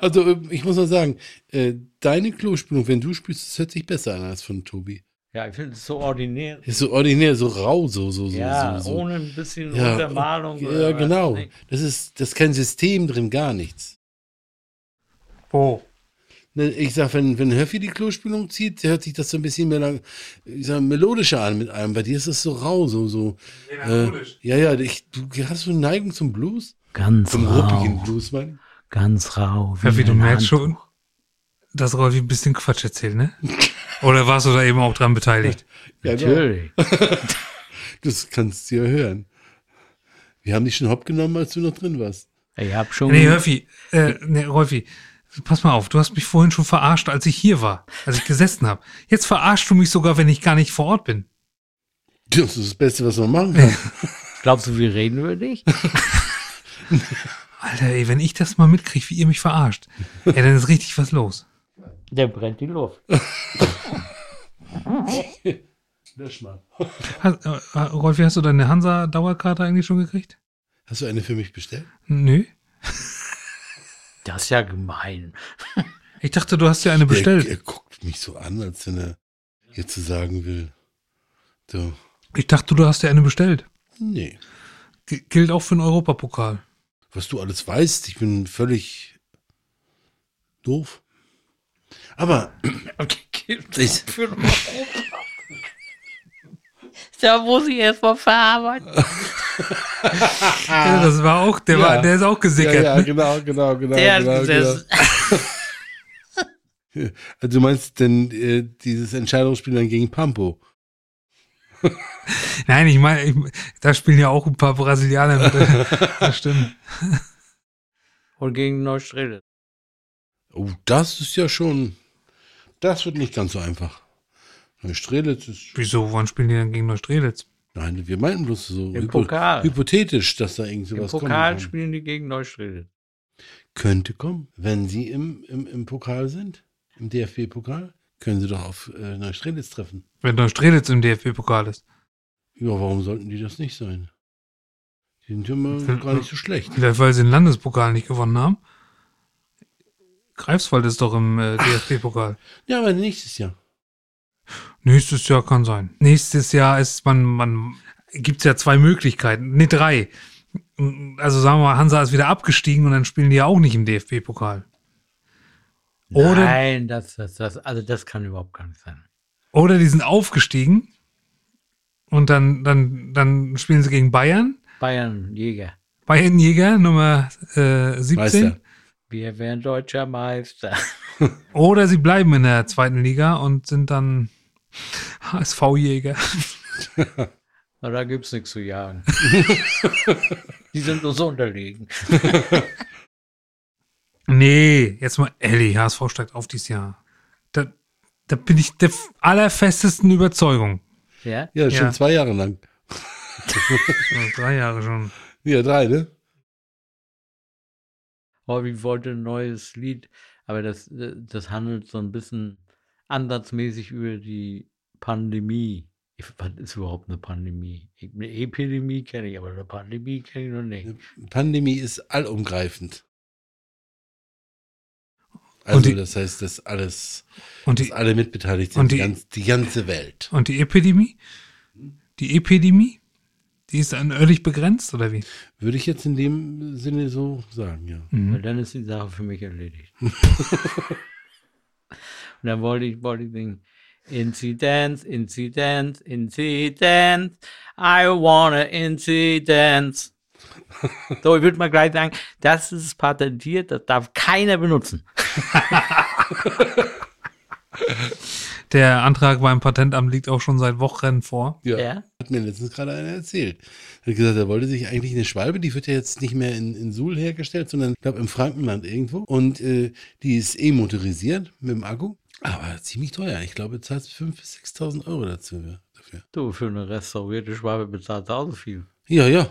Also äh, ich muss mal sagen, äh, deine Klospülung, wenn du spülst, das hört sich besser an als von Tobi. Ja, ich finde es so ordinär. Ist so ordinär, so rau, so, so, so, Ja, so. so. ohne ein bisschen Ja, Untermalung. Ja, oder was genau. nicht. Das ist, das ist kein System drin, gar nichts. Oh. Ne, Ich sag, wenn, wenn Höffi die Klospülung zieht, hört sich das so ein bisschen mehr lang, ich sag, melodischer an mit einem. Bei dir ist das so rau, so, so. Äh, ja, ja, ich, du hast so eine Neigung zum Blues? Ganz Zum ruppigen rau. Blues, meine ich. Ganz rau. Ja, wie du ein merkst Handtuch. schon, dass Rolf ein bisschen Quatsch erzählt, ne? Oder warst du da eben auch dran beteiligt? Ja, genau. Natürlich. Das kannst du ja hören. Wir haben dich schon hopp genommen, als du noch drin warst. Ich hab schon. Nee, Hörfi, äh, nee, Rolfi, pass mal auf, du hast mich vorhin schon verarscht, als ich hier war, als ich gesessen habe. Jetzt verarschst du mich sogar, wenn ich gar nicht vor Ort bin. Das ist das Beste, was man machen kann. Glaubst du, wir reden über dich? Alter, ey, wenn ich das mal mitkriege, wie ihr mich verarscht, ja, dann ist richtig was los. Der brennt die Luft. Lösch mal. Hast, äh, äh, Rolfi, hast du deine Hansa-Dauerkarte eigentlich schon gekriegt? Hast du eine für mich bestellt? Nö. Das ist ja gemein. Ich dachte, du hast ja eine Er, bestellt. er guckt mich so an, als wenn er jetzt so sagen will. So, Ich dachte, du hast ja eine bestellt. nee. G gilt auch für den Europapokal. Was du alles weißt, ich bin völlig doof. Aber ich, Da muss ich erstmal verarbeiten. Ja, das war auch, der, Ja. war, der ist auch ja, gesickert. ja, ne? genau, genau, genau. Der genau, hat gesessen. genau. Also du meinst denn äh, dieses Entscheidungsspiel dann gegen Pampo? Nein, ich meine, ich, da spielen ja auch ein paar Brasilianer mit. das stimmt. Und gegen Neustrelitz. Oh, das ist ja schon. Das wird nicht ganz so einfach. Neustrelitz ist. Wieso, wann spielen die denn gegen Neustrelitz? Nein, wir meinten bloß so Im hypo- Pokal. hypothetisch, dass da irgend Im sowas kommen Pokal kann. spielen die gegen Neustrelitz. Könnte kommen. Wenn sie im, im, im Pokal sind, im DFB-Pokal, können sie doch auf äh, Neustrelitz treffen. Wenn Neustrelitz im DFB-Pokal ist. Ja, warum sollten die das nicht sein? Die sind ja mal Hm. gar nicht so schlecht. Vielleicht, weil sie den Landespokal nicht gewonnen haben. Greifswald ist doch im äh, DFB-Pokal. Ja, aber nächstes Jahr. Nächstes Jahr kann sein. Nächstes Jahr ist man, man gibt es ja zwei Möglichkeiten, ne drei. Also sagen wir mal, Hansa ist wieder abgestiegen und dann spielen die ja auch nicht im DFB-Pokal. Oder, Nein, das, das, das, also das kann überhaupt gar nicht sein. oder die sind aufgestiegen und dann, dann, dann spielen sie gegen Bayern. Bayern, Jäger. Bayern Jäger Nummer äh, 17. Meister. Wir wären deutscher Meister. Oder sie bleiben in der zweiten Liga und sind dann HSV-Jäger. Na, da gibt's nichts zu jagen. die sind uns unterlegen. Nee, jetzt mal ehrlich, HSV steigt auf dieses Jahr. Da, da bin ich der f- allerfestesten Überzeugung. Ja? Ja, schon Ja. zwei Jahre lang. Also Drei Jahre schon. Ja, drei, ne? Holby wollte ein neues Lied, aber das, das handelt so ein bisschen ansatzmäßig über die Pandemie. Ich, was ist überhaupt eine Pandemie? Eine Epidemie kenne ich, aber eine Pandemie kenne ich noch nicht. Pandemie ist allumgreifend. Also, die- das heißt, dass alles, Und dass die, alle mitbeteiligt sind, und die, die- ganz, die ganze Welt. und die Epidemie? Die Epidemie? Die ist dann örtlich begrenzt, oder wie? Würde ich jetzt in dem Sinne so sagen, ja. Mhm. Weil dann ist die Sache für mich erledigt. Und dann wollte ich, wollte ich singen. Inzidenz, Inzidenz, Inzidenz. I wanna Inzidenz. So, ich würde mal gleich sagen, das ist patentiert, das darf keiner benutzen. Der Antrag beim Patentamt liegt auch schon seit Wochen vor. Ja. Ja. Hat mir letztens gerade einer erzählt. Er hat gesagt, er wollte sich eigentlich eine Schwalbe, die wird ja jetzt nicht mehr in, in Suhl hergestellt, sondern ich glaube im Frankenland irgendwo. Und äh, die ist eh motorisiert mit dem Akku. Aber ziemlich teuer. Ich glaube, du zahlst 5.000 bis 6.000 Euro dazu, ja, dafür. Du, für eine restaurierte Schwabe bezahlt auch so viel. Ja, ja.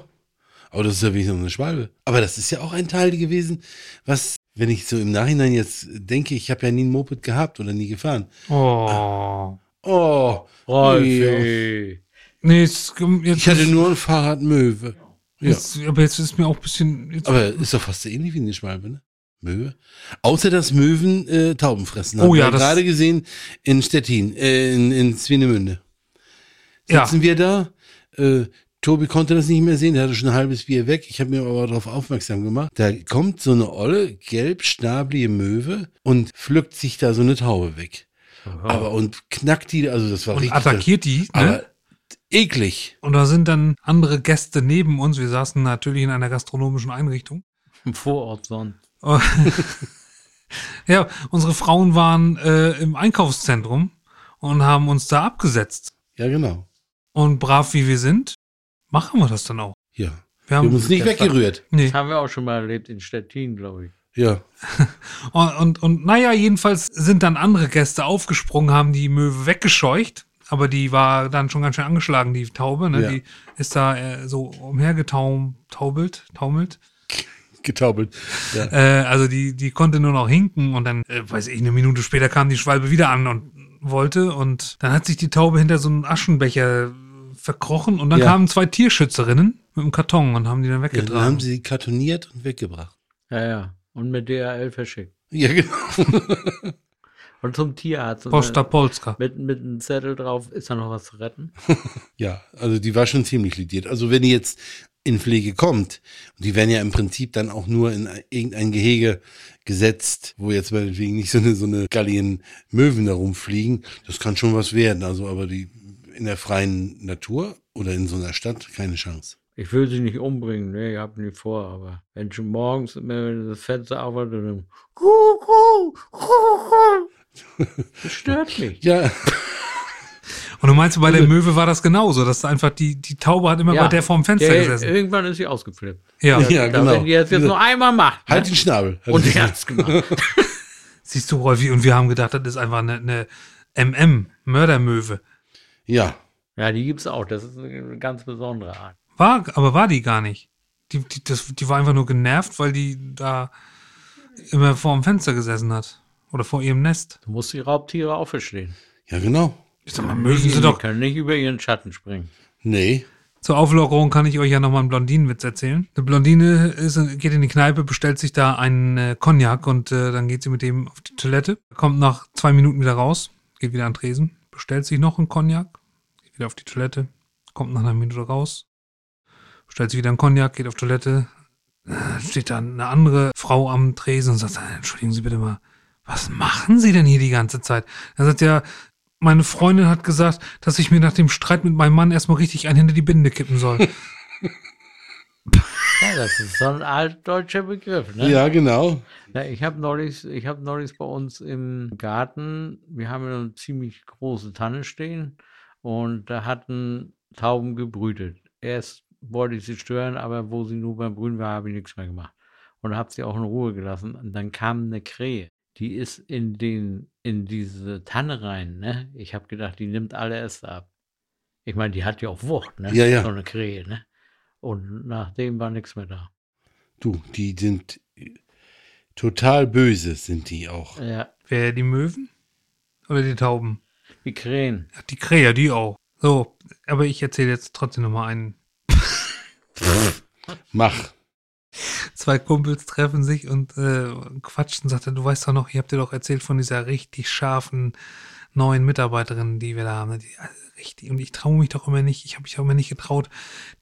Aber das ist ja wenigstens eine Schwalbe. Aber das ist ja auch ein Teil gewesen, was, wenn ich so im Nachhinein jetzt denke, ich habe ja nie ein Moped gehabt oder nie gefahren. Oh. Oh, Rolfi. Nee, jetzt, jetzt, ich hatte nur ein Fahrrad Möwe. Ja. jetzt, aber jetzt ist mir auch ein bisschen. Jetzt, Aber ist doch fast so ähnlich wie eine Schwalbe, ne? Möwe. Außer, dass Möwen äh, Tauben fressen. Oh Haben ja, wir das- gerade gesehen in Stettin, äh, in, in Swinemünde. Ja. Sitzen wir da. Äh, Tobi konnte das nicht mehr sehen, der hatte schon ein halbes Bier weg. Ich habe mir aber darauf aufmerksam gemacht. Da kommt so eine olle, gelbschnablige Möwe und pflückt sich da so eine Taube weg. Aber und knackt die, also das war und richtig. attackiert die, aber ne? eklig. Und da sind dann andere Gäste neben uns. Wir saßen natürlich in einer gastronomischen Einrichtung. Im Vorort sonst. Oh. Ja, unsere Frauen waren äh, im Einkaufszentrum und haben uns da abgesetzt. Ja, genau. Und brav wie wir sind, machen wir das dann auch. Ja. Wir Wir haben haben, uns nicht das war- weggerührt. nee. Das haben wir auch schon mal erlebt in Stettin, glaube ich. Ja. Und, und, und naja, jedenfalls sind dann andere Gäste aufgesprungen, haben die Möwe weggescheucht. Aber die war dann schon ganz schön angeschlagen, die Taube. Ne? Ja. Die ist da äh, so umhergetaumelt. Taumelt. Getaubelt. Ja. Äh, also die, die konnte nur noch hinken. Und dann, äh, weiß ich, eine Minute später kam die Schwalbe wieder an und wollte. Und dann hat sich die Taube hinter so einen Aschenbecher verkrochen. Und dann Ja. kamen zwei Tierschützerinnen mit einem Karton und haben die dann Ja, weggetragen. dann haben sie die kartoniert und weggebracht. Ja, ja. Und mit DRL verschickt. Ja, genau. Und zum Tierarzt. Und Posta Polska. dann Mit, mit einem Zettel drauf, ist da noch was zu retten? Ja, also die war schon ziemlich lidiert. Also wenn die jetzt in Pflege kommt, und die werden ja im Prinzip dann auch nur in irgendein Gehege gesetzt, wo jetzt meinetwegen nicht so eine, so eine Gallien Möwen da rumfliegen. Das kann schon was werden. Also aber die in der freien Natur oder in so einer Stadt keine Chance. Ich will sie nicht umbringen, ne, ich hab nie vor, aber wenn schon morgens, wenn ich das Fenster aufmacht und dann Kuckuck, Kuckuck, das stört mich. Ja, Und du meinst, bei der Möwe war das genauso, dass einfach die, die Taube hat immer bei der vorm Fenster Ja, gesessen. Irgendwann ist sie ausgeflippt. ja. Ja, Da, genau. Wenn die das jetzt nur einmal macht halt den Schnabel. Halt und den sie Schnabel. hat's gemacht. Siehst du, Rolfi, und wir haben gedacht, das ist einfach eine, eine MM, Mördermöwe. Ja. Ja, die gibt's auch. Das ist eine ganz besondere Art. War, aber war die gar nicht. Die, die, das, die war einfach nur genervt, weil die da immer vorm Fenster gesessen hat. Oder vor ihrem Nest. Du musst die Raubtiere auch verstehen. Ja, genau. Ich sag mal, Möwen sind Die doch. können nicht über ihren Schatten springen. Nee. Zur Auflockerung kann ich euch ja nochmal einen Blondinenwitz erzählen. Eine Blondine ist, geht in die Kneipe, bestellt sich da einen äh, Cognac und äh, dann geht sie mit dem auf die Toilette. Kommt nach zwei Minuten wieder raus, geht wieder an den Tresen, bestellt sich noch einen Cognac, geht wieder auf die Toilette, kommt nach einer Minute raus, bestellt sich wieder einen Cognac, geht auf Toilette. Äh, steht da eine andere Frau am Tresen und sagt, "Äh, entschuldigen Sie bitte mal, was machen Sie denn hier die ganze Zeit? Dann sagt er, meine Freundin hat gesagt, dass ich mir nach dem Streit mit meinem Mann erstmal richtig ein hinter die Binde kippen soll. Ja, das ist so ein altdeutscher Begriff, ne? Ja, genau. Ja, ich habe neulich, ich habe neulich bei uns im Garten, wir haben ja eine ziemlich große Tanne stehen und da hatten Tauben gebrütet. Erst wollte ich sie stören, aber wo sie nur beim Brühen war, habe ich nichts mehr gemacht. Und habe sie auch in Ruhe gelassen. Und dann kam eine Krähe. Die ist in den, in diese Tanne rein, ne? Ich habe gedacht, die nimmt alle Äste ab. Ich meine, die hat ja auch Wucht, ne? Ja, ja. So eine Krähe, ne? Und nachdem war nichts mehr da. Du, die sind total böse, sind die auch. Ja, Wer die Möwen? Oder die Tauben? die Krähen. Ach, die Krähe, die auch. So, aber ich erzähle jetzt trotzdem nochmal einen. Mach. Zwei Kumpels treffen sich und äh, quatschen, sagt er, du weißt doch noch, ich hab dir doch erzählt von dieser richtig scharfen neuen Mitarbeiterin, die wir da haben. ne? Die, also richtig, und ich traue mich doch immer nicht, ich habe mich auch immer nicht getraut,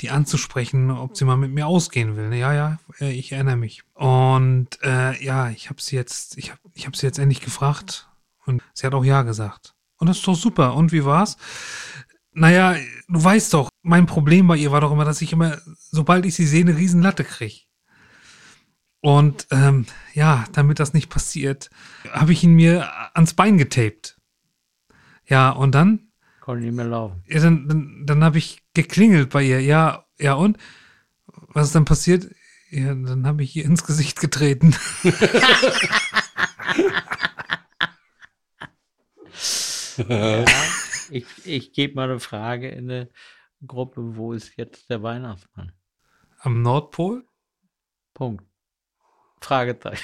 die anzusprechen, ob sie mal mit mir ausgehen will. ne? Ja, ja, äh, ich erinnere mich. Und äh, ja, ich habe sie jetzt, ich habe ich hab sie jetzt endlich gefragt und sie hat auch ja gesagt. Und das ist doch super. Und wie war's? Naja, du weißt doch, mein Problem bei ihr war doch immer, dass ich immer, sobald ich sie sehe, eine Riesenlatte kriege. Und ähm, ja, damit das nicht passiert, habe ich ihn mir ans Bein getaped. Ja, und dann? Konnte nicht mehr laufen. Ja, dann dann, dann habe ich geklingelt bei ihr. Ja, ja, und? Was ist dann passiert? Ja, dann habe ich ihr ins Gesicht getreten. Ja, ich ich gebe mal eine Frage in eine Gruppe, wo ist jetzt der Weihnachtsmann? Am Nordpol? Punkt. Fragezeichen.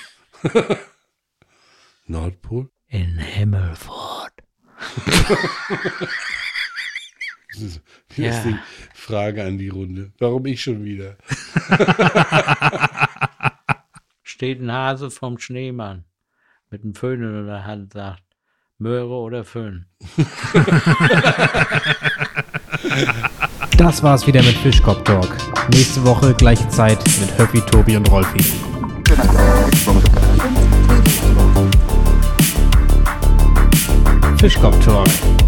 Nordpol? In Himmelfort. Das ist, das Ja. ist die Frage an die Runde. Warum ich schon wieder? Steht ein Hase vom Schneemann mit einem Föhn in der Hand, sagt Möhre oder Föhn. Das war's wieder mit Fischkopf Talk. Nächste Woche gleiche Zeit mit Höppi, Tobi und Rolfi. Fischkopf Talk.